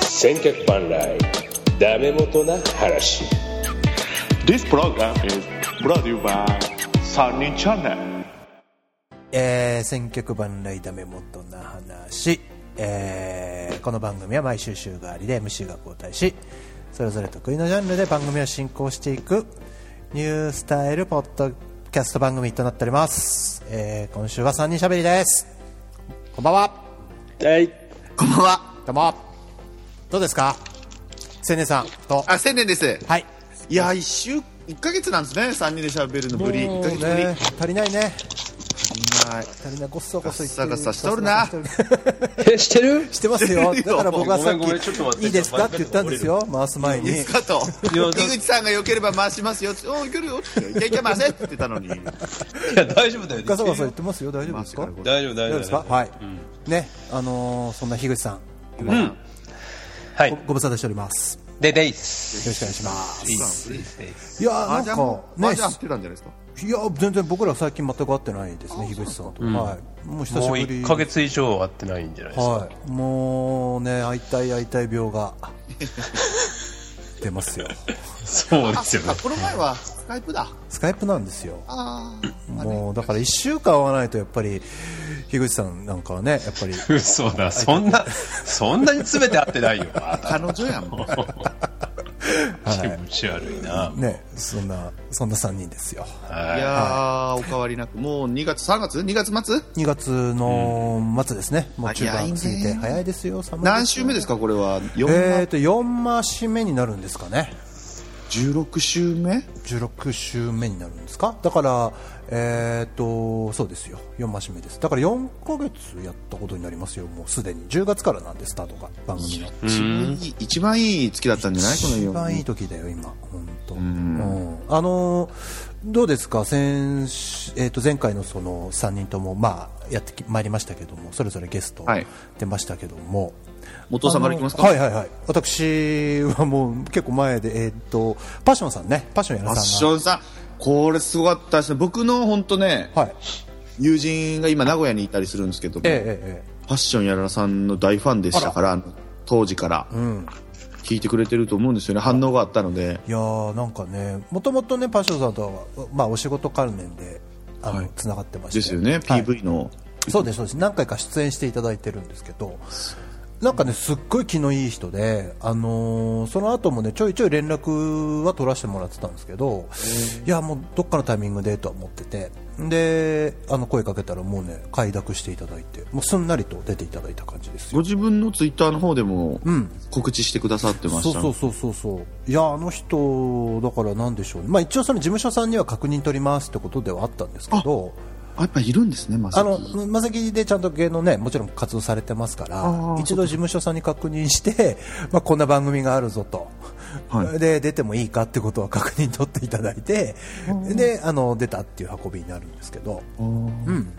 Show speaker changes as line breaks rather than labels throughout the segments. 千客万来ダメ元な話
This program is brought to you by Sunny Channel.
えー、選曲万来ダメ元な話、えーこの番組は毎週週替わりで MC が交代しそれぞれ得意のジャンルで番組を進行していくニュースタイルポッドキャスト番組となっております、えー今週は3人しゃべりですこんばんは
はい
こんばんは。
どうもどうですか青年さんと
あ、千年です。
はい
いや、一週、一ヶ月なんですね。三人で喋るのぶり。一ヶ月ぶり。
ね足りないね
はい。
足りないごっそごっそ言って
ガッサガサしとるな
ガッサガサしとる
えしてる
してます よ。
してる
だ
よ
から僕はさっ
ごめんごめんちょっと待っ
き、
て
いいですかって言ったんですよ。回す前
いい
に
です。かと。
いや
井口さんが良ければ回しますよ。おいけるよ。いけいけませんって言ってたのに。
いや大丈夫だよ
ガサガサ言ってますよ。大丈夫ですか
回してから
大丈夫
大丈
大丈
夫
夫
ですかはい。ね、あのー、そんな樋口さん、
は
ご
い
ご無沙汰しております。よ
ででいっす
ろしくお願いします。
でいっすでいっす
いやー、
あ、
なん
じゃあもう、麻雀合っ
か、
てたんじゃないですか。
ね、いや、全然僕ら最近全く会ってないですね、樋口さんと。はい。もう久し
もう
ぶり。
1ヶ月以上会ってないんじゃないですか
はい。もうね、会いたい会いたい病 が出ますよ。
そうですよ
あ、
ね
この前はスカイプだ。
スカイプなんですよ。
あーあれ。
もうだから1週間会わないとやっぱり樋口さんなんかはねやっぱり
嘘だそんなそんなに詰めて会ってないよあ
彼女やん。もう
気持ち悪いな
ねそんなそんな3人ですよ
い
は
やー、お変わりなく。もう2月、3月 ?2 月末
2月の末ですね、もう中盤過ぎ
早い
て
ね
早いですよ寒いですよ
何週目ですかこれは。4
えーと4回し目になるんですかね
16週目
16週目になるんですかだからえーとそうですよ4回し目ですだから4ヶ月やったことになりますよもうすでに10月からなんでスタートが番組の
一番いい、一番いい月だったんじゃないこの
一
4
番いい時だよ、今、本当、うんあのーどうですか、先しえー、と前回のその3人とも、まあ、やってきまいりましたけども、それぞれゲスト
はい
出ましたけども、
元さんからいきますか
あのはいはいはい、私はもう結構前で、えー、とパッションさんね、パッションや
ファ
ら
ッシ
さん
ョ
が。
ンさん、これすごかったですね。僕の本当ね、
はい
友人が今名古屋にいたりするんですけども、
えええええ
ファッションやらさんの大ファンでしたから、あの当時から、聞いてくれてると思うんですよね。反応があったので。
えいやーなんかね、もともとね、パッションさんとは、まあ、お仕事関連であの、つながってまして
ですよね、
はい
PV の。
そうですそうです何回か出演していただいてるんですけどなんかねすっごい気のいい人で、あのーその後もねちょいちょい連絡は取らせてもらってたんですけどいやもうどっかのタイミングでとは思っててであの声かけたらもうね快諾していただいてもうすんなりと出ていただいた感じです
ご
よ。
自分のツイッターの方でも告知してくださってま
そ
し
う
たね、
そうそうそうそういやあの人だからなんでしょうねまあ一応その事務所さんには確認取りますってことではあったんですけど
あ、やっぱいるんですね、まさ
あ
に
の、まさきでちゃんと芸能ね、もちろん活動されてますから、一度事務所さんに確認して、まあ、こんな番組があるぞと。
はい
で、出てもいいかってことは確認取っていただいて、で、あの、出たっていう運びになるんですけど、うん。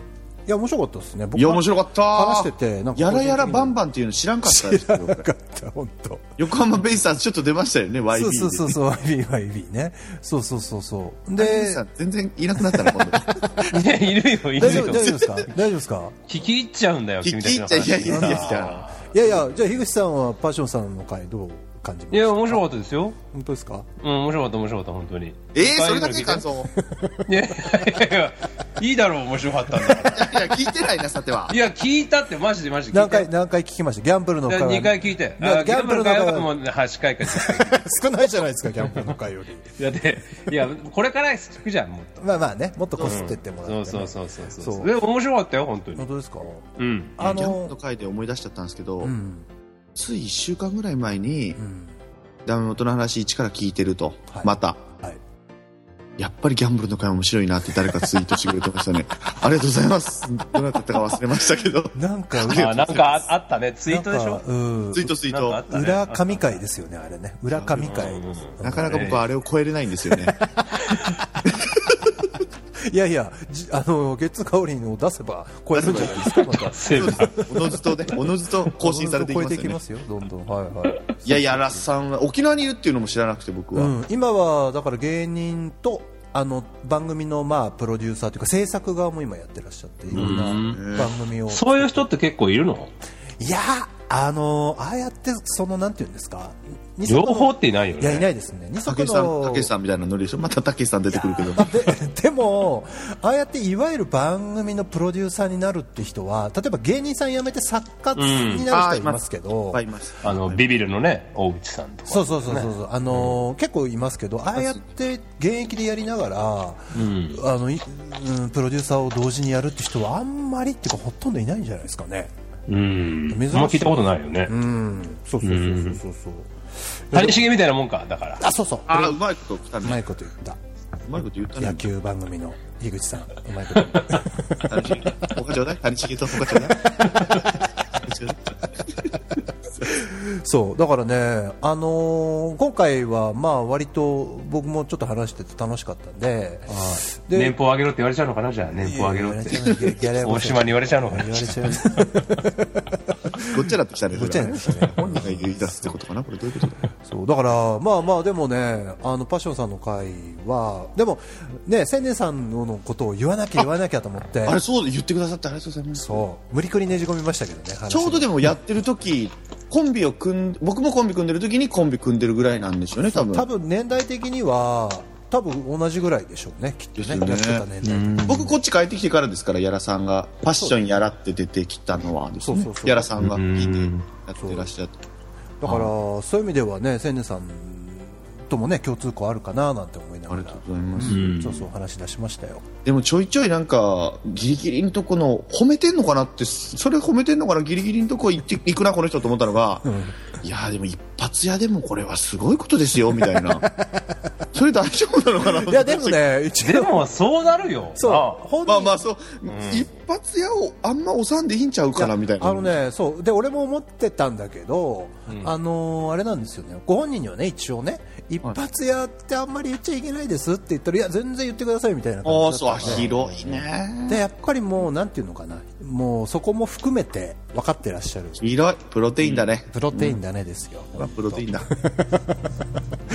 いや、面白かったですね。僕
いや、面白かった。
話してて、なんか。
やらやらバンバンっていうの知らんかったですけど
知らなかった、本当。
横浜ベイスターズちょっと出ましたよね、YB で。
そうそうそうそう、YB、YB ね。そうそうそうそう。
ベイ
で
スター、ズ全然いなくなったな、今度。
いやいるよい
大
る
丈夫、
よ
大丈夫ですか大丈夫ですか
聞き入っちゃうんだよ
聞
君たち
き
の
ちゃい
話
やいやいやい
さ
や。
いやいや、じゃあ、樋口さんはパッションさんの回どう感じま
い
し
や
た
面白かったですよ
本当ですか
うん面白かった面白かった本当に
えー、それだけ感想。
いやいやいやいいだろう面白かったんだから
いやいや、聞いてないな、さては。
いや聞いたってマジでマジで聞
何
いたよ
回何回聞きましたギャンブルの
い
会
や
は
2回聞いて
な
あ
ギ
ギ
ャ
ャ
ン
ン
ブルの
ブルの
会
会
は
はもう8回か
少ないじゃないですかギャンブルの会より
だっていやこれから聞くじゃんもっと
まあまあねもっとこすってってもらってね、
そうそうそうそうそう
そう
で面白かったよ本当に
本当ですか
うん
あ
ギャンの
の
回で思い出しちゃったんですけど、
うん
つい1週間ぐらい前
う
に、
ん
ダメ元の話1から聞いてると、
はい
また、
はい
やっぱりギャンブルの回面白いなって誰かツイートしてくれてましたね。ありがとうございます。どなただったか忘れましたけど。
なんか
あなんかああったねツイートでし
なん
ょ
かうん
ツイートツイー
なんかあ
ト
っ。たね
裏神会ですよねあれね裏神会
うん
なかなか僕はあれを超えれないんですよね。
いやいやじあの月香りを出せば超えるんじゃないですかま た
セーブ
おのずとね、おのずと更新されていきます
超えていき
よね
ま。すよどんどんはいはい
いやいや、ラスさんは沖縄にいるっていうのも知らなくて僕は。
うん、今はだから芸人とあの番組のまあプロデューサーというか制作側も今やってらっしゃっていろんな番組を
そういう人って結構いるの
いやあのーああやってそのなんていうんですか二足
両
の
方っていないよ
いやい
ね。
ないですね二
た
足
けしさん、
の
たけしさんみたいなノリでしょまたたけしさん出てくるけど。
で でも、ああやっていわゆる番組のプロデューサーになるって人は例えば芸人さん辞めて作家になる人いますけど、
はい、います。
あの、ビビるのね、大口さんとか。
そうそうそうそうそう、あのー結構いますけどああやって現役でやりながら、あのいうん、プロデューサーを同時にやるって人はあんまりっていうかほとんどいないんじゃないですかね。
うん。
珍しい
あんま聞いたことないよね。
うん、そうそうそうそうそうそう
谷重みたいなもんか、だから。
あそうそう
ああ、うまいこと来た
うま
ね。
いこと言った
うまいこと言ったね
野。球番組の樋口さんうまいこと言 った
谷繁他ちょうだい谷繁と他ちょうだい 谷繁
そうだからね、あのー今回はまあ割と僕もちょっと話してて楽しかったんで、で
年俸上げろって言われちゃうのかな、じゃあ。年
い
俸
やいや言
上げろ
わ
っ
れ
て
ち。ゃうねややこ
大
しい
島に言われちゃうのかな
言。われちゃうね
ごっちゃになってき たね
ごっちゃになってきたね
本人が言い出すってことかなこれどういうことだ
そうだから、まあまあでもねあのパッションさんの回はでも、ね、千年さんのことを言わなきゃ言わなきゃと思って
あれそう言ってくださってありがとうございます
そう無理くりねじ込みましたけどね話
ちょうどでもやってる時コンビを組ん僕もコンビ組んでる時にコンビ組んでるぐらいなんでしょうね多分
多分年代的には多分同じぐらいでしょうねきっと
です
ね
よね
やってた年代的に
僕こっち帰ってきてからですからやらさんが「パッションやら」って出てきたのはです
そう
ね
そうそう
やらさんが聞いてやってらっしゃって
だからそういう意味ではね千年さんともね共通項あるかななんて思いな
あ
が
り
ら
がとうございます
そうそうお話し出しましたよ
でもちょいちょいなんか、ギリギリのとこの、褒めてんのかなって、それ褒めてんのかな、ギリギリのとこ行って、行くな、この人と思ったのが、いやーでも一発屋でもこれはすごいことですよ、みたいな。 それ大丈夫なのかないい
やでも。ね一
で
応
も、そうなるよ。
そう
あ
本人
まあまあ、そう、一発屋をあんま押さんでいいんちゃうかな、みたいな。
あのねそうで俺も思ってたんだけど、あのーあれなんですよねご本人にはね一応ね一発屋ってあんまり言っちゃいけないですって言ったらいや全然言ってくださいみたいな感
あー、
じ
そう、
だ
あ
ったんで
広いね。
でやっぱりもうなんていうのかなもうそこも含めて分かってらっしゃる
広い。プロテインだね。
プロテインだねですよ、
まあプロテインだ。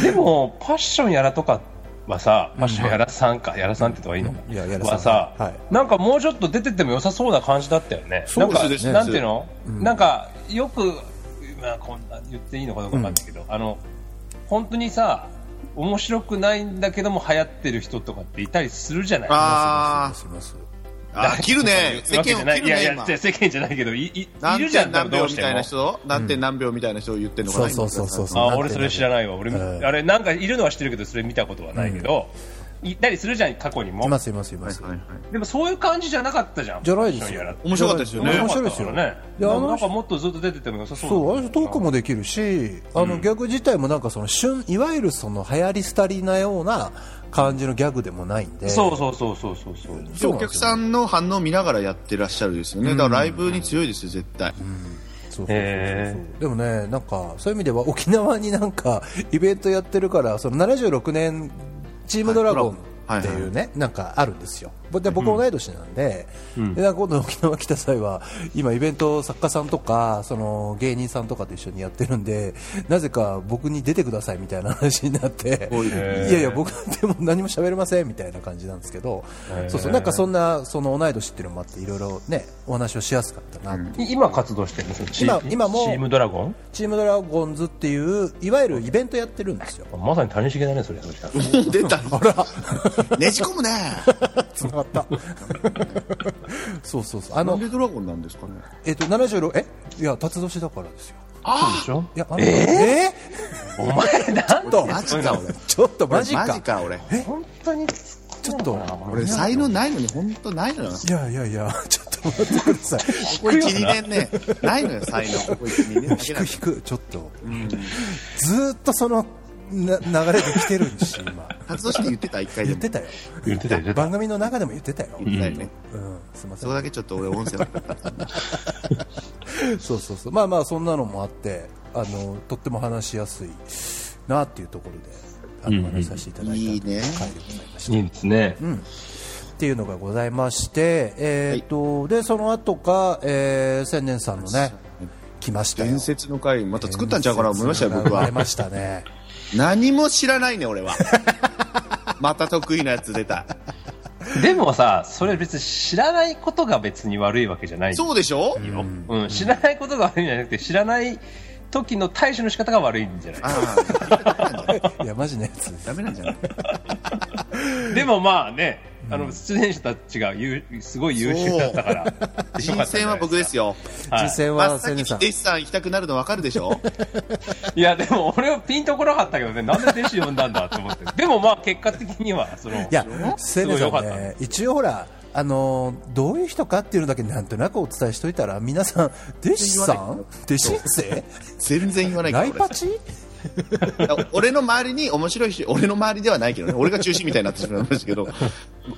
でも、パッションやらとかはさ、パッションやらさんか、やらさんって言った方がいいのか、
いややらさん
はさ、
はい
なんかもうちょっと出てっても良さそうな感じだったよね。
そうです
なん
です
か、なんていうの、なんか、よく、まあ、こんな言っていいのかどうかわかんないけど、あの、本当にさ、面白くないんだけども流行ってる人とかっていたりするじゃない
あ
します
ー、あー、切るね。世
世
間
間じゃ
を
ない
切
い
る
やい
ね、
や
今。
じゃあ世間じゃないけどいいいる
何
じゃ
点
んだ
何秒
どうし
み
て
たいな
も
人何点何秒みたいな人を言ってんのかな、
そうそうそうそう
あ俺それ知らないわ俺、
ん
あれなんかいるのは知ってるけどそれ見たことはないけど、いたりするじゃん過去にも
いますいますいます、
はいはい
でもそういう感じじゃなかったじゃん。
じゃないですよ
やら
面白かったですよね
面白いですよ
ね。
であ
な
の
なんかもっとずっと出てても良さそうだ
そう、あれトークもできるし、あのギャグ自体もなんかその旬、いわゆるその流行り廃りなような感じのギャグでもないんで、
そうそうそうそうそうそう。
でお客さんの反応を見ながらやってらっしゃるですよね、だからライブに強いですよ絶対、
そうそうそうそう
へ
でもね、なんかそういう意味では沖縄になんかイベントやってるから、その76年チームドラゴン
はい
っていうね、なんかあるんですよ。で僕同い年なんで、でなんか今度沖縄来た際は今イベント作家さんとかその芸人さんとかと一緒にやってるんで、なぜか僕に出てくださいみたいな話になって、
こういう
へー
いやいや僕なんてもう何も喋れませんみたいな感じなんですけど、そうそうなんかそんなその同い年っていうのもあっていろいろねお話をしやすかったなっていう
い今活動してるんですよ。チ
今今も
チームドラゴン
チームドラゴンズっていういわゆるイベントやってるんですよ
まさに谷重だね、それ。それ
出たねじ込むね
つながった そうそうそうあ
な
の
んでドラゴンなんですかね
えっ、と76えいや辰年だからですよ
でしょ
いやあのえ
お前なん
ー、と
マジか俺
ちょっとマジか
マジか俺
本当に
ちょっと
俺才能ないのに本当ないのよ
いやいやいやちょっと待ってください
ここ12年ねないのよ才能ここ12年だけ
引
なの
く引くちょっと、ずーっとそのな流れで来てるし今
活動して言ってた一回
言
で
っ
も
てたよ
言ってたよ。
番組の中でも言ってたよ、う
言ってたよね、
ん、すいませ
そ
ん
こだけちょっと俺音声なかった
そうそうそうまあまあそんなのもあってあのとっても話しやすいなっていうところであのお話しさせていただいた
いいね
回でございました、
いいですね。
っていうのがございましてえーっと、でその後か、えー千年さんのね来ましたよ
伝説の回また作ったんちゃうかな思いましたよ
伝説
僕
が生ま
は
れましたね
何も知らないね俺はまた得意なやつ出た
でもさ、それ別に知らないことが別に悪いわけじゃない
そうでしょ
よ、うん、知らないことが悪いんじゃなくて、知らない時の対処の仕方が悪いんじゃな
ああ、
いやマジなやつです
ダメなんじゃない
いでもまあね、あの出演者たちが優すごい優秀だったから、
人選は僕です
よ
よ。
かったん
実
じ
践
真
は
っ先
千
に
里さん
弟子さん行きたくなるの分かるでしょ
かったね。いや、でも俺はピンとこなかったけどね、なんで弟子呼んだんだと思 って、でもまあ結果的には、その、
いや、
す
せ
ご
ね
い
さ
良
ん
かった
ね、一応ほら、あのーどういう人かっていうのだけなんとなくお伝えしといたら、皆さん、弟子さん弟子生
全然言わないか
ラ
ら
イパチ
俺俺の周りに面白い人俺の周りではないけどね俺が中心みたいになってしまいましたけど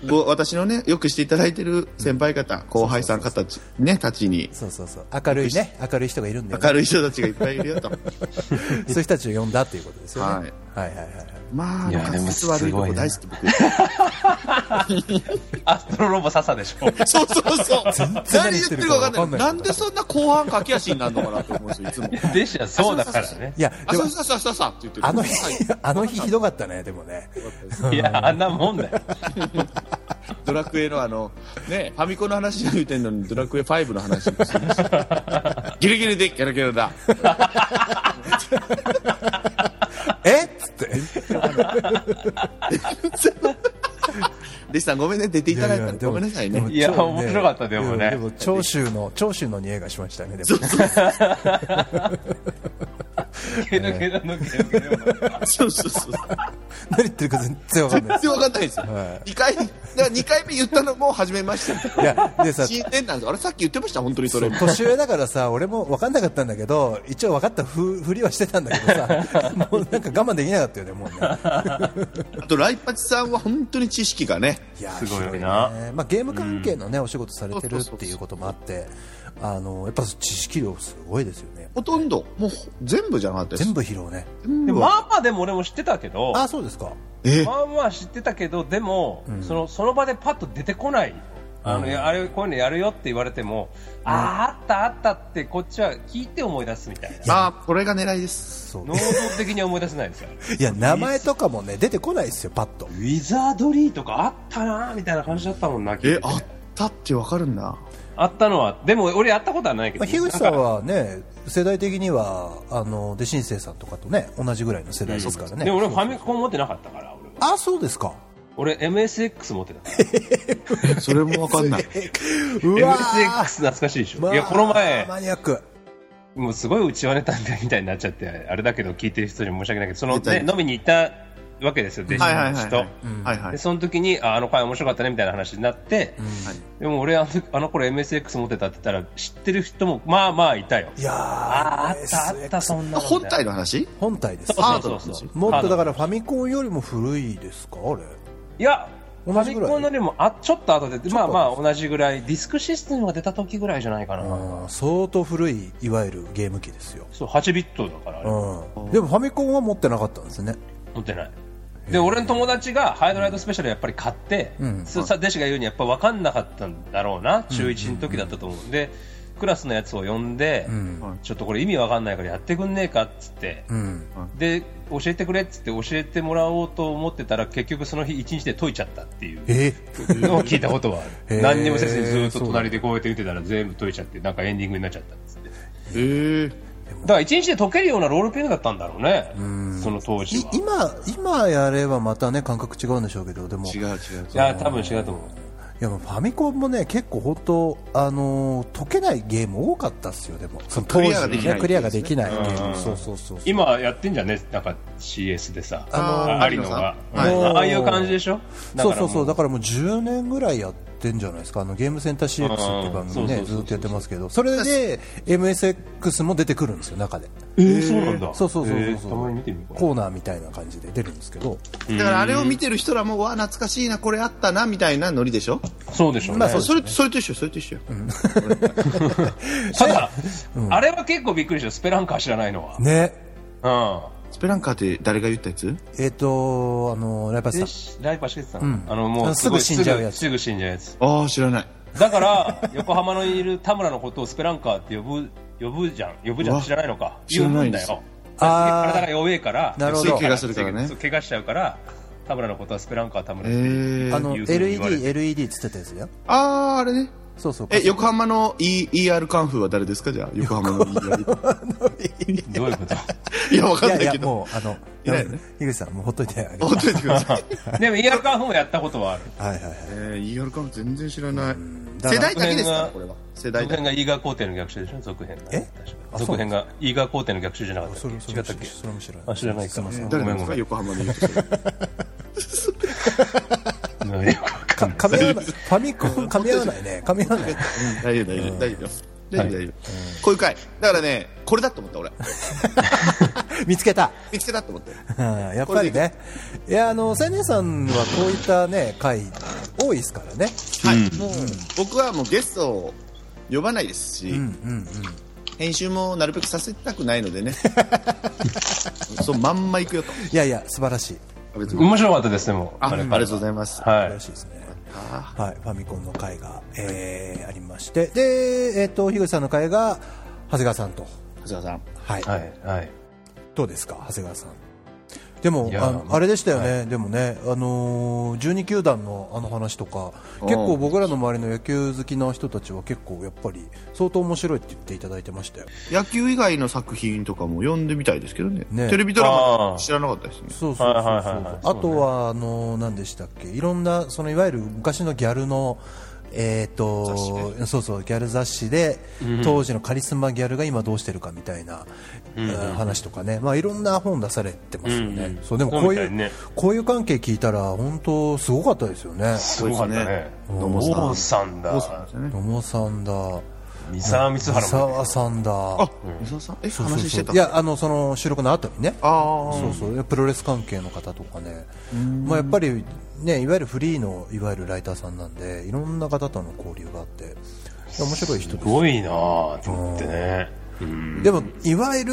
ご私のねよくしていただいてる先輩方後輩さん方たち,、ね、たちに
そうそうそう、明るいね、明るい人がいるんだよ、ね、
明るい人たちがいっぱいいる よと
そういう人たちを呼んだっていうことですよね。はい、はい、はいはい。
まあ
いやでも
滑舌悪いとこ大好き僕
アストロロボ笹でしょ。
そうそうそ
然何
う何言
言っ
ってて
る
る
かわ
か分
か
か
ん
ん
な
ないいなんでそんな後半駆け足になるのかなと思うんですよいつも
弟子はそうだからね。
いや、
あ
で
そ
も
う、そうそうそうそうって言ってる
あの日、あの日ひどかったね、でも ね。
いや、あんなもんだ よ。
ドラクエのあの、ね、ファミコンの話言うてんのに、ドラクエ5の話もしてま した。ギリギリで、ギャラギャラだ。
えっつって。
弟子さん、ごめんね、出ていただいた
や
の。
やでも
ごめんなさいね。
でも
いや
超
面白かったでもね
うんでも、長州の、長州の匂いがしましたね、でもね。
ゲラゲラのゲラゲラの。
そうそうそう。
何言ってるか全然わかんない
全。然わかんないですよ。二回、だから二回目言ったのも、初めまして。
いや、でさ、
新鮮なんですあれ、さっき言ってました、本当にそ
そ
れ
う。年上だからさ、俺も分かんなかったんだけど、一応分かったふふりはしてたんだけど さ、もうなんか我慢できなかったよね、もうね。
あと、ライパチさんは本当に知識がね、
いや
すごいよな
ねまあ、ゲーム関係のね、お仕事されてるっていうこともあって、あの、やっぱ知識量すごいですよね。
ほとんど、もう全部じゃなかったです
全。部拾うね。
でもまあまあでも俺も知ってたけど、
あ、そうですか。
え
まあまあ知ってたけど、でも、そのその場でパッと出てこない。あの、あれ、こういうのやるよって言われても、ああ、あったあったって、こっちは聞いて思い出すみたいな。
まあ、これが狙いです。
そう
能。動的に思い出せない ですから。ウ
いや、名前とかもね、出てこないですよ、パッと。
ィザードリーとかあったなーみたいな感じだったもんな、聞いて
え
て、
あったってわかるんだ。
あったのは、でも俺やったことはないけ
ま
ど。
あ、樋口さんはね、世代的には、あの、弟子生さんとかとね、同じぐらいの世代ですからね。
でも俺ファミコン持ってなかったから、俺は。
あ、そうですか。
俺 MSX 持ってたから。
それもわかん ない。
うわー
MSX 懐かしいでしょ。
まあ
いや、この前、
マニアック。
もうすごいうちわネタみたいになっちゃって、あれだけど聞いてる人に申し訳ないけど、その、
絶対
ね、飲みに行ったわけですよ、弟子
はいはい
た
は
ち
い
と
は。い。はいは
で、
い。
その時に、ああの回面白かったねみたいな話になって、でも俺あの時、あの頃 MSX 持ってたって言ったら、知ってる人も、まあまあいたよ。
いやー
ああ、あったあった、そんなの。
本体の話
本体です。
そうそうそうそう。。
もっとだかららファミコンよりも古いですかあれ。
いや、フ
同
ァ
じ
ミ
ぐらい
コンのでも、あ、ちょっと後で、まあまあ同じぐらい、ディスクシステムが出た時ぐらいじゃないかな。
うん相当古いいわゆるゲーム機ですよ。
そう、8ビットだから、あれ
うん。でもファミコンは持ってなかったんですね。
持ってないで俺の友達がハイドライトスペシャルやっぱり買って、そうさ弟子が言うにやっぱ分かんなかったんだろうな中1の時だったと思うんでクラスのやつを呼んで、ちょっとこれ意味分かんないからやってくんねえかっつって、
うん。
で教えてくれっつって教えてもらおうと思ってたら結局その日1日で解いちゃったっていう
え
のを聞いたことはあ
へえ
る何にもせずにずっと隣でこうやって見てたら全部解いちゃってなんかエンディングになっちゃったっつって
ええ。
だから1日で解けるようなロールプレイングだったんだろうねその当時
い
は
今、今やればまたね、感覚違うんでしょうけど、でも。
違う違う
いや多分違うと思う
いやもうファミコンもね結構本当あのー解けないゲーム多かったっすよでもその当時のねク
ク
リ
リ
ア
ア
が
が
で
で
き
き
ないゲームそうそうそうそう
今やってんじゃんねなんか CS でさ
あの
あ有野が、
はい
うんああいう感じでしょ
そうそうそうだ
か
からもう10年ぐらいやってんじゃないですかあのゲームセンター CX って番組
う
ね
んうん
ずっとやってますけどそれで MSX も出てくるんですよ中で
らもうえーそうなんだ
そうそうそう
え
そう
ーたまに見てみよう
コーナーみたいな感じで出るんですけど
だからあれを見てる人らも、わあ、懐かしいな、これあったな、みたいなノリでしょ
そうでしょうね、
まあそう
それ、それと一緒、それと一緒よ。
ただ、あれは結構びっくりしたスペランカー知らないのは
ね
う
スペランカーって誰が言ったやつ
えっとあのライパ
ん
ス
で
さん
ライパーしてたの、あのも
あ
う
す
す
ぐ
ぐ
死んじゃうやつ
すぐすぐ死んじゃうやつ
ああ、知らない。
だから 横浜のいる田村のことをスペランカーって呼ぶ呼ぶじゃん呼ぶじゃ
うんわ
知らないのか
知らない
呼ぶん
で
だ
す
よ
あー
体が弱いから
なるほ
つい
ど
怪我するからね
そう。怪我しちゃうから田村のことはスペランカー田村
え
っていう
ー、
あ
あ
の
いうふうに言われ
LED、LED つってたやつだよ。
あー、あれね。
そうそう。
え、横浜の、e、ER カンフーは誰ですかじゃあ、横浜の ER。
どういうこと
いや、わかん
いやい
ないけ
や、
ど。
もう、あの、
いないよね
樋口さん、もうほっといてあげて。
ほっといてくだ さい。
でも ER カーフンをやったことはある
はいはいはい。
えー、ER カンフー全然知らない。
だから
世代だけですから、
こ
こ
れ
れは。世代
続
だけ
編。がイーガー皇帝の逆襲でしょ続編が
え
確
あ
か続編がイーガー皇帝の逆襲じゃなかった
そ
っ
れ
け
そ
違
れ
ったっけ
それも知らない。
あ知らないか
すみません。
だ
誰なんです
ごめんご
か
め
横浜
ん
で言うと。
うんよくわかんな
噛み
い
合わない。ファミコン 噛み合わないね。噛み合わない。
大丈夫、大丈夫、大丈夫よ。大丈夫、大丈夫。こういう回。だからね、これだと思った、俺。
見つけた。
見つけたと思って。
うんやっぱりね。いや、あの、千年さんはこういったね、回、多いですからね。
はい、もう僕はもうゲストを呼ばないですし、
うんうんうん。
編集もなるべくさせたくないの でねそうまんま行くよと
いやいや、素晴らしい。素
あ別に
面白かったですでも
ああ
れ
りがとうございます、
は
晴
い
らしいですね。
あ
はい、ファミコンの会が、えーありまして、で、えっ、と、樋口さんの会が、長谷川さんと。
長谷川さん
はい。
はいはい
どうですか、長谷川さん。でも
い、や
あのあれでしたよね、でもね、あのー12球団のあの話とか、
うん
結構僕らの周りの野球好きな人たちは結構やっぱり相当面白いって言っていただいてましたよ。
野球以外の作品とかも読んでみたいですけどね
ね
テレビドラ
あー
マ知らなかったですね
そうそうそうそう、
はいはいはいはい
あとは、あの何でしたっけいろんなそのいわゆる昔のギャルのえー、とそうそうギャル雑誌で、当時のカリスマギャルが今どうしてるかみたいな、あー話とかね、まあ、いろんな本出されてますよね、
うんうん
そうでもこう
そうみ
い
た
う
いね
こういう関係聞いたら本当すごかったですよね
すごかったね
野茂さん
王さんだ
王さんですよね
野茂さんだ
三沢光
三
原も
沢さんだ
あ三沢さんえ
そうそうそう
話してた
いやあのその収録の後にね
ああ
そうそうプロレス関係の方とかね、まあ、やっぱり、ね、いわゆるフリーのいわゆるライターさんなんでいろんな方との交流があっていや面白い人です
すごいなぁと思ってね
でも、いわゆる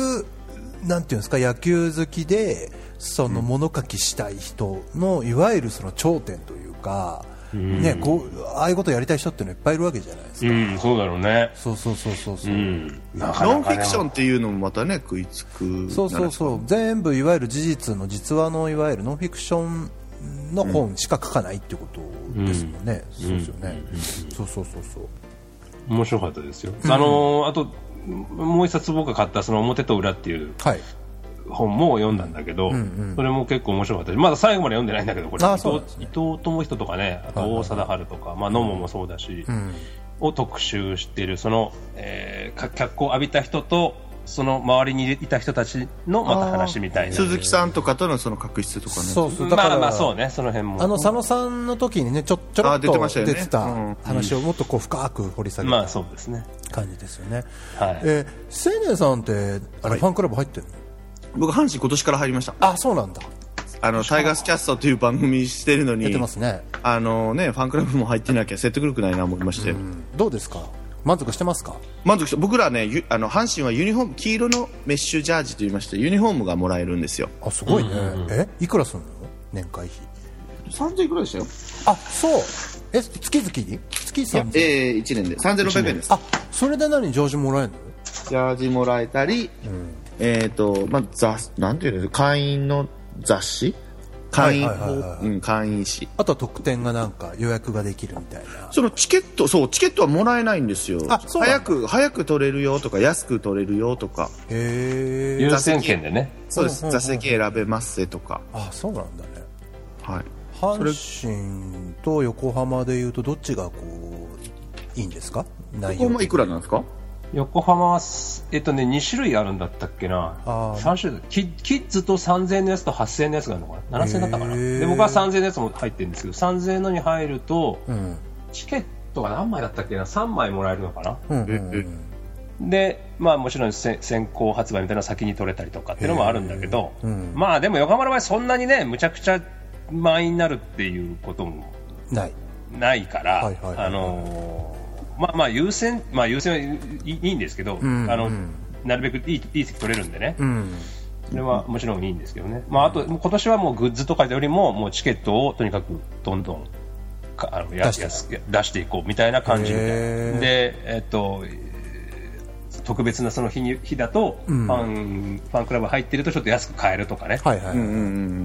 なんていうんですか野球好きでその物書きしたい人のいわゆるその頂点というか、ね、こうああいうことやりたい人っていうのいっぱいいるわけじゃないですか。
うんそうだろうね
そうそうそうそうそう、
うんなか
ノ
な
ンフ
か
ィ
ね
クションっていうのもまたね食いつく
そうそう
う
そう全部いわゆる事実の実話のいわゆるノンフィクションの本しか書かないってことですもんね、そうですよね、そうそうそうそう
面白かったですよあのーあともう一冊僕が買ったその表と裏っていう
はい
本も読んだんだけど、それも結構面白かったしまだ最後まで読んでないんだけどこれ
あ
伊
そうな
藤
んです
伊藤智人とかねあと大貞治とか、まあ、野茂もそうだし、を特集しているその、えーか脚光を浴びた人とその周りにいた人たちのまた話みたいな
鈴木さんとかとのその確執とかね
そうそうだから、
まあまあそうねその辺も
あの佐野さんの時にねちょちょろっ
あ出て
と
ましたよね
出てた
うん
話をもっとこう深く掘り下げ
まあ
た
そうですね
感じですよね、
はい
えー青年さんってあれファンクラブ入ってるの、
僕阪神今年から入りました
あそうなんだ
あのタイガースキャストという番組してるのに
出てますね
あのね、ファンクラブも入ってなきゃ説得力ないな思いまして、
どうですか満足してますか
満足した僕らねゆあの阪神はユニフォーム黄色のメッシュジャージといいましてユニフォームがもらえるんですよ
あすごいね、えいくらすんの年会費
3000いくらでしたよ
あそうえ月々に月3 0
ええ1年で3600円です
あそれで何ジョージもらえるの
ジャージもらえたり、えっ、とまあ雑なんていうの会員の雑誌会員、
はいはいはいは
うん会員誌
あとは特典がなんか予約ができるみたいな
そのチケットそうチケットはもらえないんですよ
あそうなんだ
早く早く取れるよとか安く取れるよとか
へえ
優先権でね
そうです、
うんうんうん
座席選べますせとか
あそうなんだね
はい
阪神と横浜でいうとどっちがこういいんですか内
ここ
容
もいくらなんですか
横浜はす、えっとね、2種類あるんだったっけな
あー
3種類キキッズと3000円のやつと8000円のやつがあるのかな7000円だったかな
へー
で僕は3000円のやつも入ってるんですけど3000円のに入ると、
ん
チケットが何枚だったっけな3枚もらえるのかな、
うんうん
ええ
で、まあ、もちろんせ先行発売みたいなの先に取れたりとかっていうのもあるんだけど、
うん
まあでも横浜の場合そんなにねむちゃくちゃ満員になるっていうことも
ない
ないから、
はいはいはい
あのーまあまあ優先、まあ優先はいいいいんですけど、
ん
あの
うん
なるべくいいいい席取れるんでね、
うん
それはもちろんいいんですけどね、まああと今年はもうグッズとかよりも、もうチケットをとにかくどんどんかあのや
出して
安く出していこうみたいな感じみたいな
へー
で、えっと、特別なその日に日だと、ファンファンクラブ入ってるとちょっと安く買えるとかね、
はいはい、
うんうんう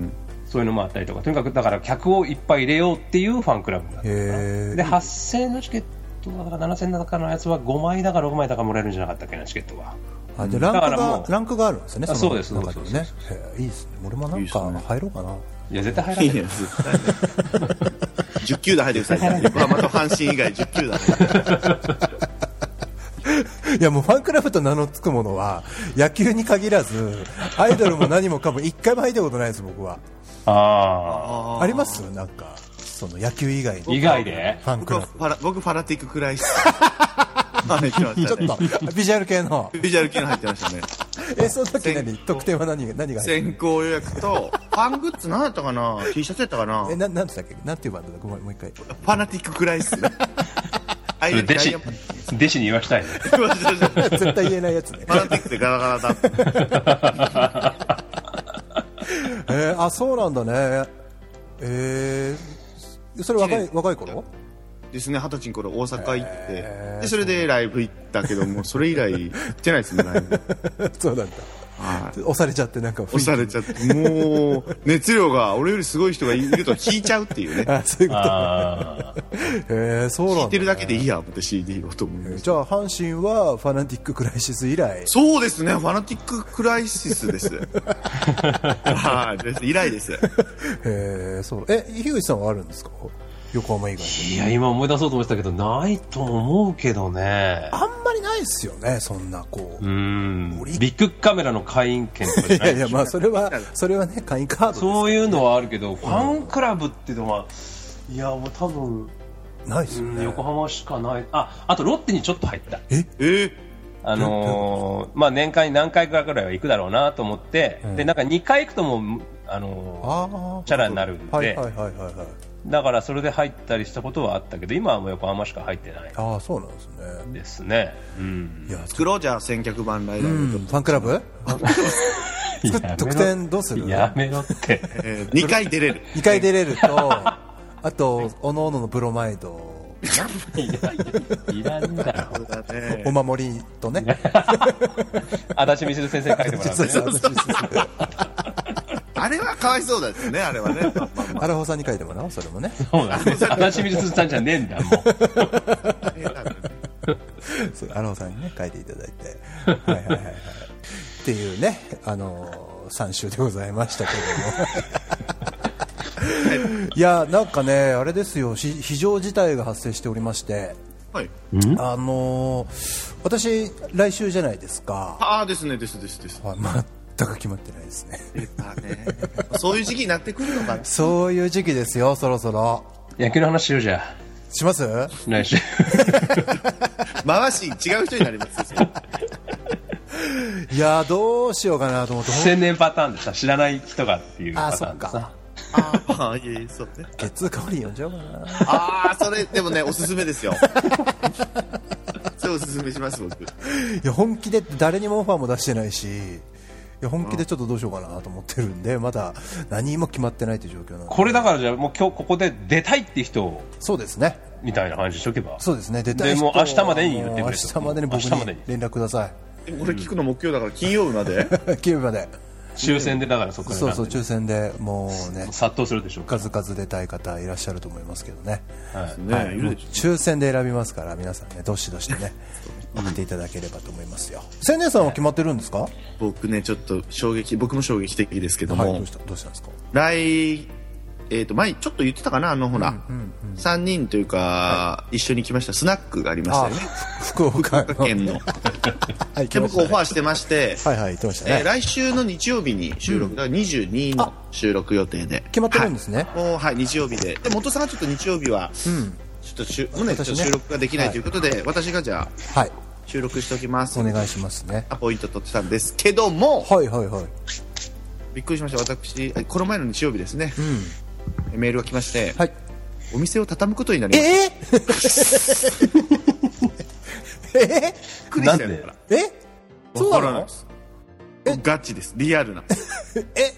ん
そういうのもあったりとか、とにかくだから客をいっぱい入れようっていうファンクラブだったかな。
へ
で、
え
8000円のチケットだから7000円だかのやつは5枚だか6枚だかもらえるんじゃなかったっけな、チケットは。
あじゃあランク
だから
が
もう
ランクがあるんですね
あ
の
そうです
中でもねへえいいですね俺もないん
いっす
か
ね
入ろうかない
や、絶対
い
入
い
らない。
ね、 絶対ね10球団入ってください、横浜と阪神以外10球団入ってください
いやもうファンクラブと名の付くものは野球に限らずアイドルも何もかも一回も入ったことないです僕は
あ
ありますなんかその野球以外
あ。
に
以外で
ファンク
僕
ラ
は
ブ
ファラ僕ファラティッククライシ スあ入ってまし
ちょ
た
っ
ね
とビジュアル系の
ビジュアル系の入ってましたね
えその時何得点は何が何が入ってる
先行予約とファングッズ何だったかな T シャツやったかな
えななんて言ったっけなんていうバンドだごめんもう一回
ファナティッククライ シスあ
それ弟子、弟子に言わしたいね。
フ
絶対言えないやつね
ァナティックでガラガラだった
えー、あそうなんだねえー、それ若い若い頃
ですね二十歳の頃大阪行ってでそれでライブ行ったけどもそれ以来行ってないですねライブ
そうなんだ
はい
押されちゃってなんか雰囲気
押されちゃってもう熱量が俺よりすごい人がいると引いちゃうっていうね
あそういうこ
ああ。
と へえー、そうなんだ、ね、
弾いてるだけでいいや思って CD をと思いました
じゃあ阪神はファナティッククライシス以 来
そうですね、ファナティッククライシスです。はい、です以来です。
えそうえ樋口さんはあるんですか横浜以外に
いや、今思い出そうと思ってたけど、ないと思うけどね。
あんまりないですよねそんなこう、
う
い
ん。ビッグカメラの会員権とかじゃな
や
い
いやまあそれ はそれはね会員カードです
そういうのはあるけど、ファンクラブっていうのは、いや、もう多分、
ないです
う
よ
ん
ね
横浜しかない。あ、あとロッテにちょっと入った。
えー、
あのーまあ年間に何回かぐらいは行くだろうなと思って、で、なんか2回行くともう、あの
ああ
チャラになるんで
はいはいはいはいはい
ーだからそれで入ったりしたことはあったけど、今はもう横浜しか入ってない
ああそうなんですね
ですね。うん。
いや
クロージャー先客版ライダ
うん
ー
ファンク ラブ作っ
やめろ
得点どうする
やめろって。
えー、2回出れる。
2回出れる とあとおのおののブロマイド
いやいらんだろ。
だね
お守りとね
足立みする先生に書いてもらう
そ
ね
うそうそう
あれはかわいそうですね、あれはね。まあまあま
アラホさんに書いてもらおうそれもね
そうだね。足立みするさんじゃねえんだ、もう。
あね
そうアローさんにね書いていただいて、はいはいはいはい、っていうね、あのー、3週でございましたけどもいやなんかねあれですよし非常事態が発生しておりまして
はい。
あのー私来週じゃないですか
ああ、ですね、です、です、です。
あ全く決まってないですね
まあね、そういう時期になってくるのかな。
そういう時期ですよそろそろ
野球の話しようじゃ
します
あ来週
回し、違う人になりますよ。
いやどうしようかなと思ってほん
千年パターンでさ知らない人がっていう
あ
パタ
そ
ー
っ
ンで
か
さ
あ あ、いえいえ、そうね。
月通代わりに呼んじゃおうかな
ああ、それ、でもね、おすすめですよ。 それおすすめします、僕。
いや本気で誰にもオファーも出してないしいや本気でちょっとどうしようかなと思ってるんでまだ何も決まってないという状況なので
これだからじゃあもう今日ここで出たいって人を
そうですね
みたいな話しとけば
そうですね出たい人
でもう明日までに言ってくれと
もう明日までに僕
明日まで
に
に
連絡くださ
えこれ聞くの目標だから、金曜日まで。
い金曜日まで
抽選でだからそこから
そうそう
選んで
抽選でもうね
殺到するでしょうか
数々出たい方いらっしゃると思いますけどね
ね、いるでしょ
抽選で選びますから皆さんねどしどしとね送っていただければと思いますよ千年さんは決まってるんですか
僕ねちょっと衝撃僕も衝撃的ですけど
はい
も、
どうしたどうしたんですか
来えー、と前ちょっと言ってたかなあのほら、3人というか、一緒に来ましたスナックがありまし
あ
たよね
福岡
福岡
の
県の
はい来
で
ま
僕オ
し
ファーしてまして、
たねはいはい言ってました
えー
ね
来週の日曜日に収録、だから22の収録予定で
決まってるんですね
はい、もうはい日曜日でで元さんはちょっと日曜日は、ちょっとしゅもうね
私ね
ちょっと収録ができないということで、私がじゃあ
はい
収録しておきます
お願いしますね
アポイント取ってたんですけども、
はいはいはい
びっくりしました私あこの前の日曜日ですね、メールが来まして、
はい
お店を畳むことになりました
ええ え
びっくりしたよ
な
だ
んで
から
ええそう
わ
な
からない
の
ですガチですリアルな
え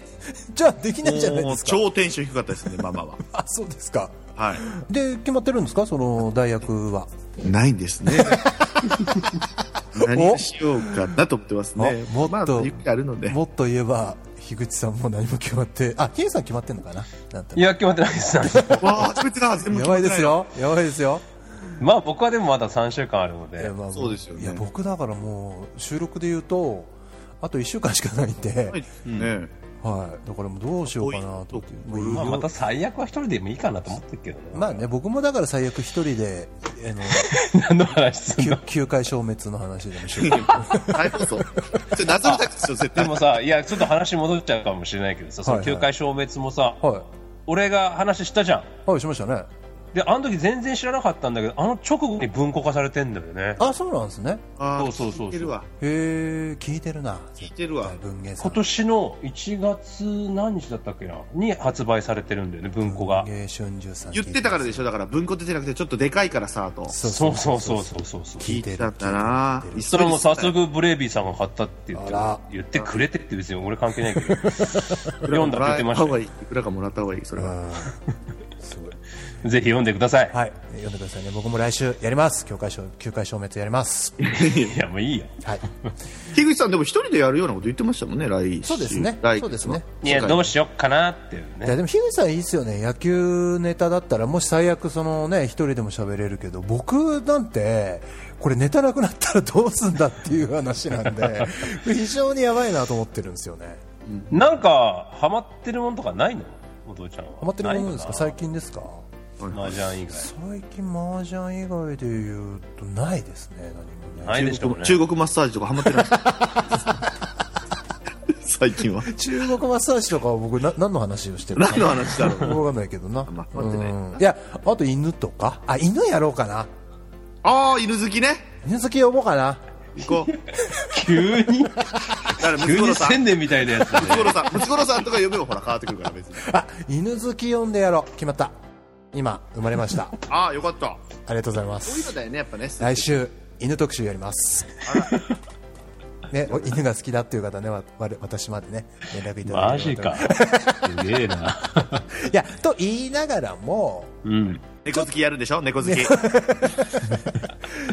じゃあできないじゃない
も
で
う
すか
超テンション低かったですねマ マは
あそうですか
はい
で決まってるんですかその代役は
ないんですね何をしようかなと思ってますね
あもっと
まあゆっくりあるので
もっと言えば樋口さんも何も決まってあヒエさん決まってんのかななんと
い
な
や、決まってないです。
わあ、集めてた全
く
部
やば
決まっ
い
て
で
な
す。よやばいですよ
まあ僕はでもまだ3週間あるので、
まあ
そうですよね
いや僕だからもう収録で言うとあと1週間しかないんで、は
はい
い、
ですね。
だからもうどうしようかなと思って
多い
もうい
まあ
ろい
ま
ろ
た最悪は一人でもいいかなと思ってるけどね。
まあね僕もだから最悪一人であ の
何の話すん
球
の
球界消滅の話でもしよう
大放送。それ謎のタクシーでしょ、絶
で
対。
もさ、いや、ちょっと話戻っちゃうかもしれないけどさ、そ
は
の
いはい
球界消滅もさ、
は
俺が話したじゃん。
いはいしましたね
で、あの時全然知らなかったんだけど、あの直後に文庫化されてんだよね。
あそうなんですね
あ
そうそうそうそ
聞
う
いてるわ。
へえ聞いてるな
聞いてるわ。
文芸さ
今
ん
年の1月何日だったっけなに発売されてるんだよね、文庫が
文。芸春秋さん
言ってたからでしょ、だから文庫出てなくてちょっとでかいからさ、と。
そ
そうそうそうそうそうそう。
聞いてる
だったな
聞いてる
それも早速ブレイビーさんが買ったって言って
あら
言ってくれてって別に俺関係ないけ ど読んだって言ってま
いくらかもらった
し
方がいい。いくらかもらった方がいい、それは。
うんすごい
たぜひ読んでください、
はい読んでくださいね僕も来週やります球界消球界消滅やり ます
い、やもういいよ
はい
樋口さん、でも一人でやるようなこと言ってましたもんね、来週。
そうですね
来月
そうですね
いやどう
し
しよっかなっていう
いや
ね
でも樋口さんいいですよね野球ネタだったらもし最悪そのね一人でも喋れるけど僕なんてこれネタなくなったらどうすんだっていう話なん で非常にやばいなと思ってるんですよね
なんかハマってるもんとかないのお父ちゃんは
ハマってるものですか
ない
最近ですか
のマジャン以外
最近麻雀以外で言うとないですね何も
な
ね
いでしょうね
中国マッサージとかハマってない 最近は。
中国マッサージとかは僕な何の話をしてるか
何の話だろう。
分かんないけどな
ま待ってね
うんいやあと犬とかあ犬やろうかな
ああ、犬好きね。
犬好き呼ぼうかな
行こう。
急に
だから、ムツ
急
ゴロ
に
ウさん。
宣伝みたいなやつだ
ムツゴ
ね
ロウさん、ムツゴロウさんとか呼べばほら変わってくるから別に。
あ犬好き呼んでやろう決まった今生まれましたあ
ああ、よかった。
りがとうございま
そういうの
す
だよね、やっぱね。
来週犬特集やりますね、お犬が好きだっていう方ねわわ私までね連絡いただ
マ
いて
ジかすげえな い
やと言いながらも
うん
猫好きやるんでしょ猫好き。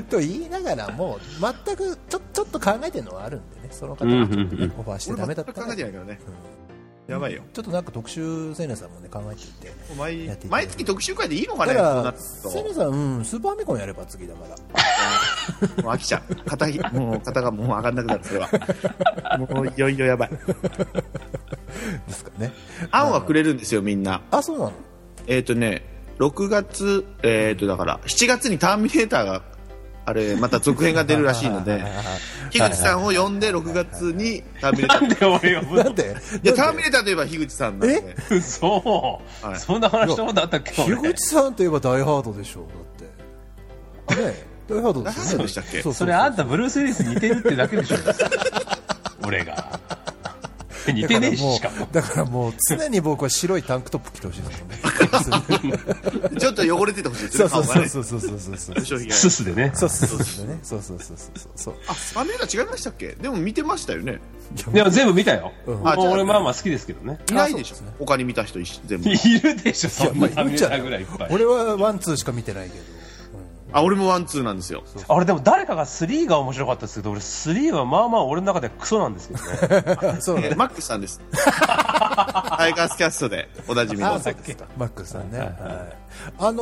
と言いながらも全くちょちょっと考えてるのはあるんでねその方にちょっと
うんうんう
ねオファーしてダ
俺
メ
全
だっ
く
た
考
ら
えてないからね。やばいよ。
ちょっとなんか特集セイナさんもね考えていて
もう毎
やっていただいて
毎月特集会でいいのか
だ
ね
か
そ
ら
うなる
セイナさん、うん、スーパーミコンやれば次だから
と。もう飽きちゃう。肩ひ、もう肩がもう上がんなくなる、それは。もういよいよやばい。
ですかね
あんはくれるんですよ、みんな。
あそうなの
えっ、とね、6月、えっ、とだから、7月にターミネーターが、あれ、また続編が出るらしいので、樋口さんを呼んで6月にターミネーター。
なんで俺呼ぶ
な
の
んで
いや、ターミネーターといえば樋口さんなんで。
そう、
はい
そんな話したことあったっけ
樋
俺
口さんといえばダイハードでしょ だってねえダイハードですよね
ダイハードでしたっけ
そう
そ
そう
れあんたブルース・ウィリス似てるってだけでしょ俺が似てねえししかも
だからもう常に僕は白いタンクトップ着てほしいですもんね
ちょっと汚れててほしいです
そ
ね、
うそ
顔
う
が
そ
ね。
うそうそうそうそう
商品が
ススでね
そうそうそうねそうそうそうそうそう
あ、ターミネーター違いましたっけでも見てましたよね。
でも全部見たよ、
ん
まあ
あじゃあ
俺まあまあ好きですけどね
いないでし
あ
ょ
そうですね
他に見た人一緒全部
いるでしょそんな見
ちゃ
たぐらいいっぱい
俺はワンツーしか見てないけど
あ俺もワンツーなんですよ
あれでも誰かが3が面白かったですけど俺3はまあまあ俺の中ではクソなんですけどね
そうなん
えーマックスさんです タイガースキャストでおなじみの
あそうですかマックスさんね、はい、あの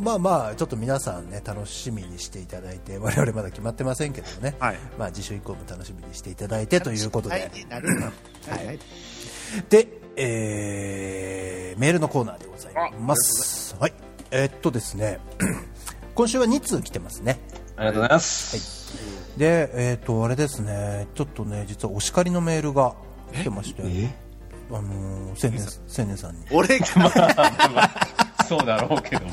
ーまあまあちょっと皆さんね楽しみにしていただいて我々まだ決まってませんけどね、
はい
まあ自主以降も楽しみにしていただいてということで、
はいなるほどはい
で、えーメールのコーナーでございますはいえーっとですね 今週は2通来てますね
ありがとうございます、
でえーっとあれですねちょっとね実はお叱りのメールが来てましてあのー千年千年さんに
俺が
そうだろうけども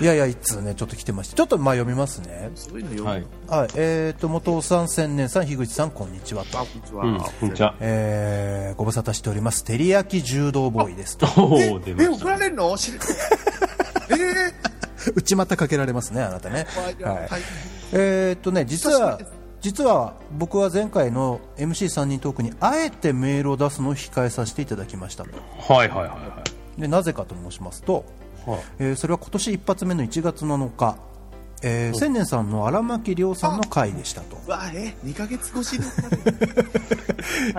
いやいや一通ねちょっと来てましてちょっとまあ読みますね
そういうの読むの、
はい
はい、えー、と元尾さん、千年さん、樋口さん、こんにちはと、
あこんにちは、
うんこんにちは
えー、ご無沙汰しております、照り焼き柔道ボーイですと、
おお出ま
え
し
怒られるの知りえー
内股かけられますね、あなたね、
はい
はい、えー、とね実は
久しぶりです
実は僕は前回の MC3 人トークにあえてメールを出すのを控えさせていただきましたと。
たはいはいはいは
でなぜかと申しますと、
はい
えーそれは今年一発目の1月7日えー千年さんの荒牧亮さんの回でしたと、
わあえ2ヶ月越しの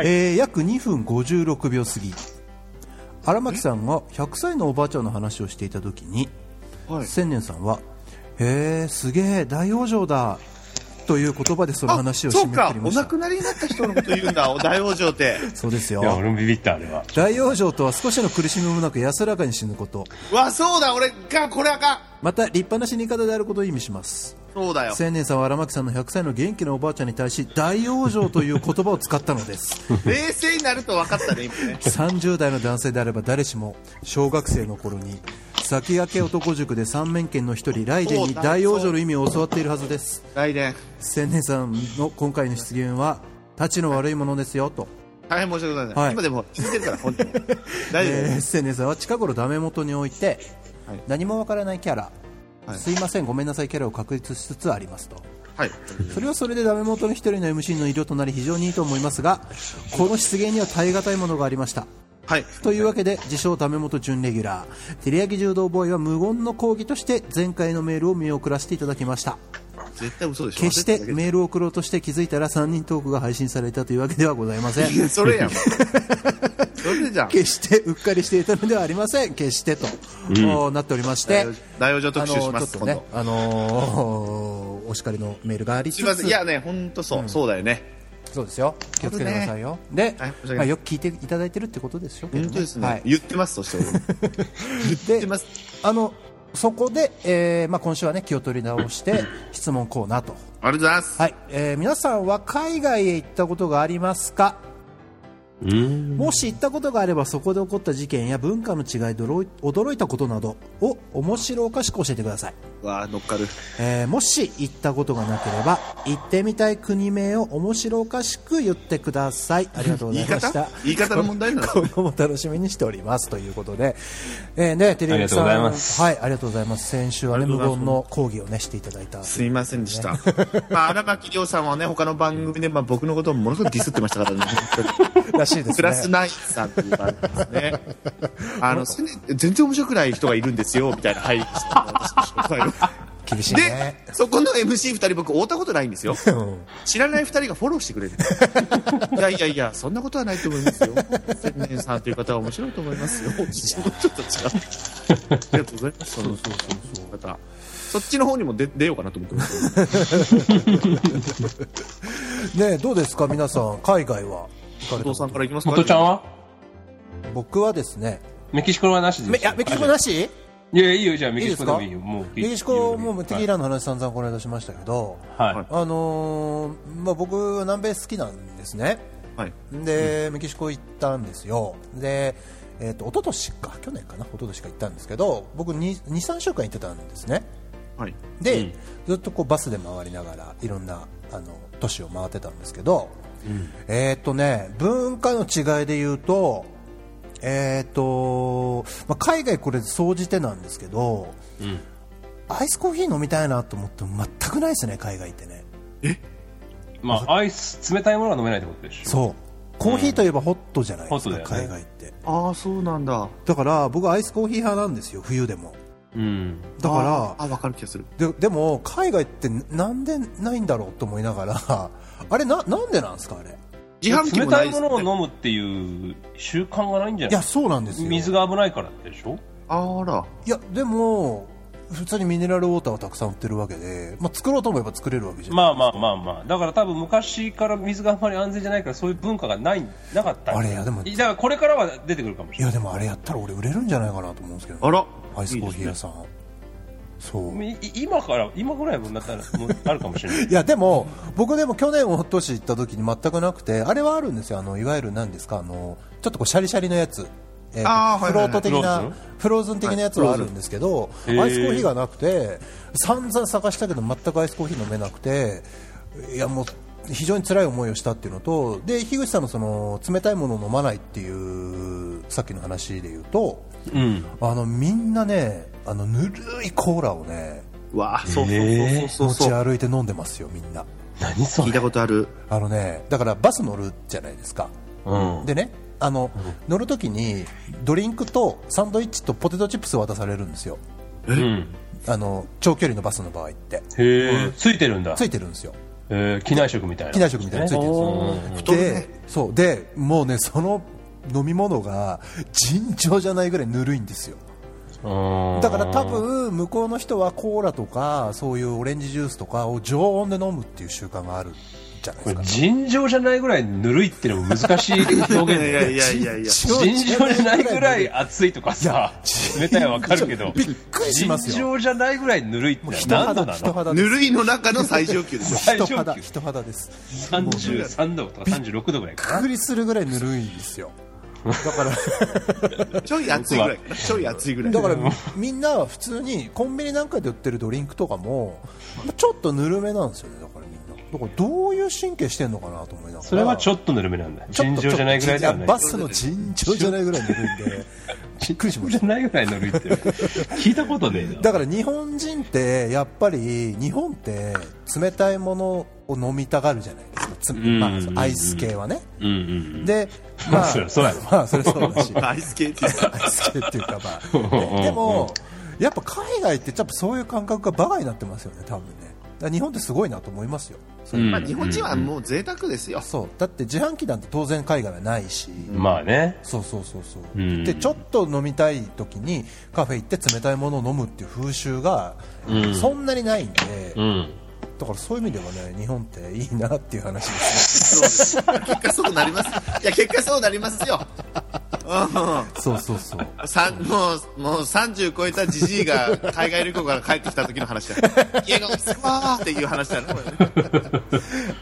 えー約2分56秒過ぎ荒牧さんが100歳のおばあちゃんの話をしていた時に、
はい
千年さんは「へえすげえ大往生だ」という言葉でその話を
そ
締
う
めく
か
くり
お
ました
亡くなりになった人のこと言うんだお大往生って
そうですよ
いや、俺もビビった、あれは。
大往生とは少しの苦しみもなく安らかに死ぬこと
わそうだ俺がこれあかん
また立派な死に方であることを意味します
そうだよ
千年さんは荒牧さんの100歳の元気なおばあちゃんに対し大往生という言葉を使ったのです
冷静になると分かったね今ね
30代の男性であれば誰しも小学生の頃に先駆け男塾で三面拳の一人ライデンに大往生の意味を教わっているはずです
来年
千年さんの今回の失言はたちの悪いものですよと、
大変申し訳ございません、
はい
今でも聞いてるか ら本当に大丈夫、
えー千年さんは近頃ダメ元において、
はい
何もわからないキャラ、
はい
すいませんごめんなさいキャラを確立しつつありますと
はい
それはそれでダメ元の一人の MC の色となり非常にいいと思いますがこの失言には耐え難いものがありました
はい
というわけで自称ダメ元準レギュラー照り焼き柔道ボーイは無言の抗議として前回のメールを見送らせていただきました
絶対嘘でしょ
決して
忘れ
メールを送ろうとして気づいたら3人トークが配信されたというわけではございません
ただけ それやんそれじゃん
決して うっかりしていたのではありません決してと、おなっておりまして
大王女特集しま
あ
す
のちょっとね
今
あのーお叱りのメールがありつ
すいませ
つ
んいやね本当そう、そうだよね
そうですよ気をつけてくださいよ、で、
はい申し訳ない
まあ、よく聞いていただいてるってことでしょうけど、ね、
本当ですね、
はい
言ってますとして俺も言ってます
あのそこで、えーまあ、今週は、ね、気を取り直 して質問コーナーと、
ありがとうございます、
はいえー皆さんは海外へ行ったことがありますかもし行ったことがあればそこで起こった事件や文化の違いどろい驚いたことなどを面白おかしく教えてください、
わあ乗っかる
えーもし行ったことがなければ行ってみたい国名を面白おかしく言ってくださいありがとうござ
言い
いました
方言い方の問題なの
今後も楽しみにしておりますということで、えーね、テレビさん
ありがとうございます
はい、ありがとうございます。先週はね、無言の講義をね、していただいた。
すいません でした。まあ、荒牧亮さんはね、他の番組で、まあ、僕のことをものすごくディスってましたからね。
らしいですね
クラスナインさんっていう番組ですね。あの、せね全然面白くない人がいるんですよ、みたいな入りでしたね、
厳しい
私で
ね。、
そこの MC2 人僕、会ったことないんですよ。知らない2人がフォローしてくれ る。いやいやいや、そんなことはないと思いますよ。千年さんという方は面白いと思いますよ。 ちょっと違う。ありがとうございます。そのそうそうそう方。そっちの方にも出出ようかなと思ってます。
ね、どうですか、皆さん、海外は行かれ
お
た
父
こ
さんからいきますか。
元ちゃんは
僕はですね、
メキシコはなしで
め
す
いや、メキシコなし
いや、いいよ、じゃあメ
いい
キ
で
シ
す
コで
か
もいいよ。もう
メキシコもうテキー
ラ。
ラの話散々この間しましたけど、
は
あのーまあ、僕は南米好きなんですね。
はい。
で、メキシコ行ったんですよ。で、えっ、と、一昨年か、去年かな、一昨年か行ったんですけど、僕に2、3週間行ってたんですね。
はい。
で、ずっとこうバスで回りながらいろんなあの都市を回ってたんですけど、えーっとね文化の違いで言うと,、えーっとまあ、海外これ総じてなんですけど、アイスコーヒー飲みたいなと思っても全くないですね海外ってね
い。まあ、アイス、冷たいものは飲めないってことでしょ。
そうコーヒーといえばホットじゃないですか、
ホットだよ
海
ね
外って
ああ、そうなんだ。
だから僕アイスコーヒー派なんですよ冬でも
うん。
だから
あ、わかる気がする。
ででも海外ってなんでないんだろうと思いながら あれななんでなんですかあれ
自販機
冷
もな
た
い
い
です
も
よ
のを
ね。
飲むっていう習慣がないんじゃ
い
ない
やそうなんですよ
水が危ないからでしょ
あら。
いやでも普通にミネラルウォーターはたくさん売ってるわけで、まあ、作ろうと思えば作れるわけじゃん、
まあまあまあまあ。だから多分昔から水があんまり安全じゃないからそういう文化がない、なかった。
あれやでも
だからこれからは出てくるかもし
い
れな
やで
い。
もあれやったら俺売れるんじゃないかなと思うんですけどね、
あら。
アイスコーヒー屋さんそう
いい今から、今ぐらいもなったら、もうあるかもし れない。
いやでも僕でも去年おとし行った時に全くなくてあれはあるんですよあのいわゆる何ですかあのちょっとこうシャリシャリのやつえーと
あーはい
フ
は
ロ
いはい
ート的
フローズ
な
ン
フローズン的なやつはあるんですけど、
ン
アイスコーヒーがなくて散々探したけど全くアイスコーヒー飲めなくていやもう非常に辛い思いをしたっていうのとで樋口さんのその冷たいものを飲まないっていうさっきの話で言うと
うん。
あのみんなねあのぬるいコーラをね
わあ、そう
え
そ
ー
うそう
持
そう
ち
そう。
歩いて飲んでますよみんな。
何そ
聞い
れ
たことある。
あのね、だからバス乗るじゃないですか。
うん。
でね、あの、乗るときにドリンクとサンドイッチとポテトチップスを渡されるんですよ。
うん。
あの長距離のバスの場合って
へえ、ついてるんだ。
ついてるんですよ
えー、機内食みたいな。
機内食みたいなのついてるんですよ
太る
で
ね
そうでもうねその飲み物が尋常じゃないぐらいぬるいんですよ
うん
だから多分向こうの人はコーラとかそういうオレンジジュースとかを常温で飲むっていう習慣があるじゃないですか
尋常じゃないぐらいぬるいってのも 難しい表現
いやいや
で
いやいや いや
尋常じゃないぐらい熱いとかさ冷たいはわかるけど
びっくりしますよ
尋常じゃないぐらいぬるいってのは
人
何度
肌
な
人
の
肌
ぬ
です
るいの中の最上級ですよ
最上
人肌
級
人肌です
33度とか36度ぐらい
びっ
か
く
な
りするぐらいぬるいんですよだ から
ちょい熱いぐらいちょい熱いぐらい
だからみんな普通にコンビニなんかで売ってるドリンクとかもちょっとぬるめなんですよねだからみんなだからどういう神経してんのかなと思いながら
それはちょっとぬるめなんだ
ちょっと
尋常じゃないぐらいでは
ちょ
な
っ
い
とバスの尋常じゃないぐらいぬるいんでびっくりしま
じ
し
ゃ
た
ないぐらいぬるいって 聞いたことねえな
だから日本人ってやっぱり日本って冷たいものを飲みたがるじゃないですかつ、ま
うん
あ、アイス系はね、
うんうん
でま
そりゃそうやろ
まあそれそうだし
アイスケー
ア
テ
イス系っていうか まあねでもやっぱ海外ってちょっとそういう感覚がバカになってますよね多分ねだから日本ってすごいなと思いますよそれ
うん
まあ日本人はもう贅沢ですよ
そうだって自販機なんて当然海外はないし、
まあね
そうそうそうそう、
うん
でちょっと飲みたい時にカフェ行って冷たいものを飲むっていう風習がそんなにないんで、
うん
だからそういう意味ではね日本っていいなっていう話です
そうです結果そうなりますいや結果そうなりますよ
ねそうそうそう
さんもうもう30超えたじじいが海外旅行から帰ってきた時の話だ家が落ち着くわーっていう話だねこれね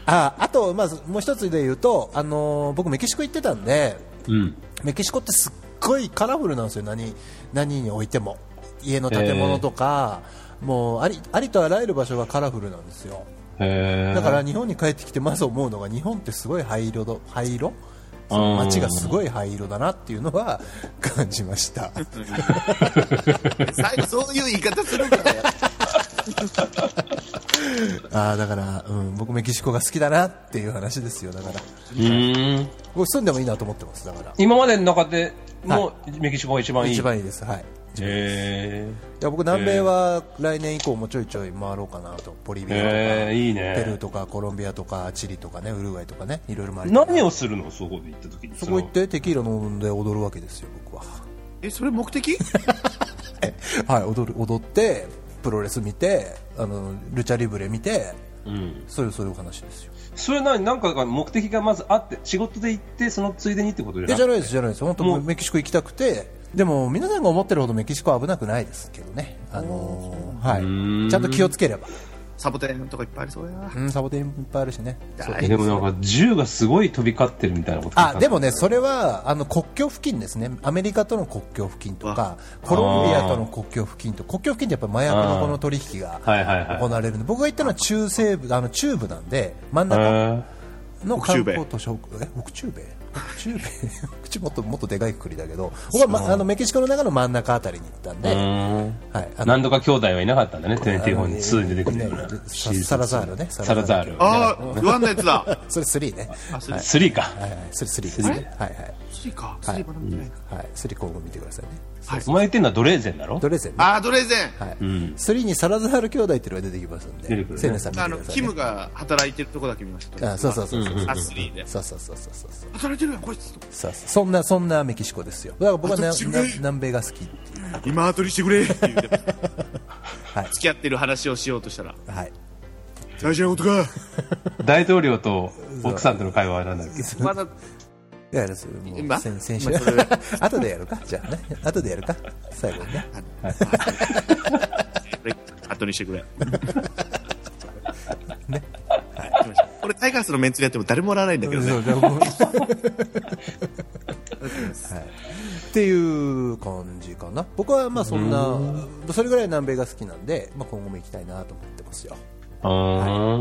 ああと、まあ、もう一つで言うと、あのー僕メキシコ行ってたんで
うん
メキシコってすっごいカラフルなんですよ何何に置いても家の建物とか、もうありありとあらゆる場所がカラフルなんですよ
へえ
だから日本に帰ってきてまず思うのが日本ってすごい灰色ど灰色その街がすごい灰色だなっていうのは感じました
最後そういう言い方するからや
あーだから、うん、僕メキシコが好きだなっていう話ですよだから
うん
僕住んでもいいなと思ってますだから
今までの中でもメキシコが一番いい
一番いいですはい
へえ
いや僕南米は来年以降もちょいちょい回ろうかなとボリビアとか、
えーいいね
ペルーとかコロンビアとかチリとかねウルグアイとかねいろいろ回りたいな
何をするのそこで行った時に
そこ行ってテキーラ飲んで踊るわけですよ僕は
えそれ目的
はい、踊る踊ってプロレス見てあのルチャリブレ見て
そのうん
そういうそういうお話ですよ
それなになんかが目的がまずあって仕事で行ってそのついでにってこと
い
じ
や
ゃ
じゃ
な
ないですじゃないです本当
もう
メキシコ行きたくてでも皆さんが思ってるほどメキシコは危なくないですけどねあのーは
ん
いちゃんと気をつければ
サボテンとかいっぱいありそうや
うんサボテンいっぱいあるしねそう
いでもなんか銃がすごい飛び交ってるみたいなこと聞いた
あでもね、それはあの国境付近ですね、アメリカとの国境付近とか、コロンビアとの国境付近と、国境付近ってやっぱ麻薬のこの取引が
はいはいはい
行われるんで、僕が行ったのは中西部、あの中部なんで、真ん
へ
中
ー
の
北
観
中米
光都市え北中米北中米 口もっともっとでかいくくりだけど僕は、ま、あのメキシコの中の真ん中あたりに行ったんで、
う
はい、
ーん
あの
何度か兄弟はいなかったんだね24に2に出てくるよう
ね
な
ササラザールね
サラザール
ああー、ワンのやつだ。
それ3ね
あ、それ、ス
3か
はいはいそれ3ですねはいはい
リか。スリかなんてないか。
はい3今後見てくださいね
お前言ってんのはドレーゼンだろ
どれですよね
あー、ドレーゼン。
はい、3にサラザール兄弟っていうのが出てきますん
出て
で
くるね
セレンさん見て
あ
く
の、
ださ
キ
い、ね
ム、が働いてるとこだけ見ました。
あそうそうそうそうそう
あ、スリーで。
そうそうそうそうそうそう
働いてるやん、こいつ。
そうそんなそんなメキシコですよだから僕はな
あと中
な
米
南米が好きっていう
今、アトリしてくれって言ってました
はい
付き合ってる話をしようとしたら、
はい
大事なことか。
大統領と奥さんとの会話はなんだっけ
まだ、
いやそれもう
今
先先週
今それ
後でやるかじゃあね後でやるか最後に ね
後にして くれ。ね。これ、タイガースのメンツでやっても誰も笑わないんだけどね。
っていう感じかな僕はまあそんなそれぐらい南米が好きなんで、まあ、今後も行きたいなと思ってますよ
うーん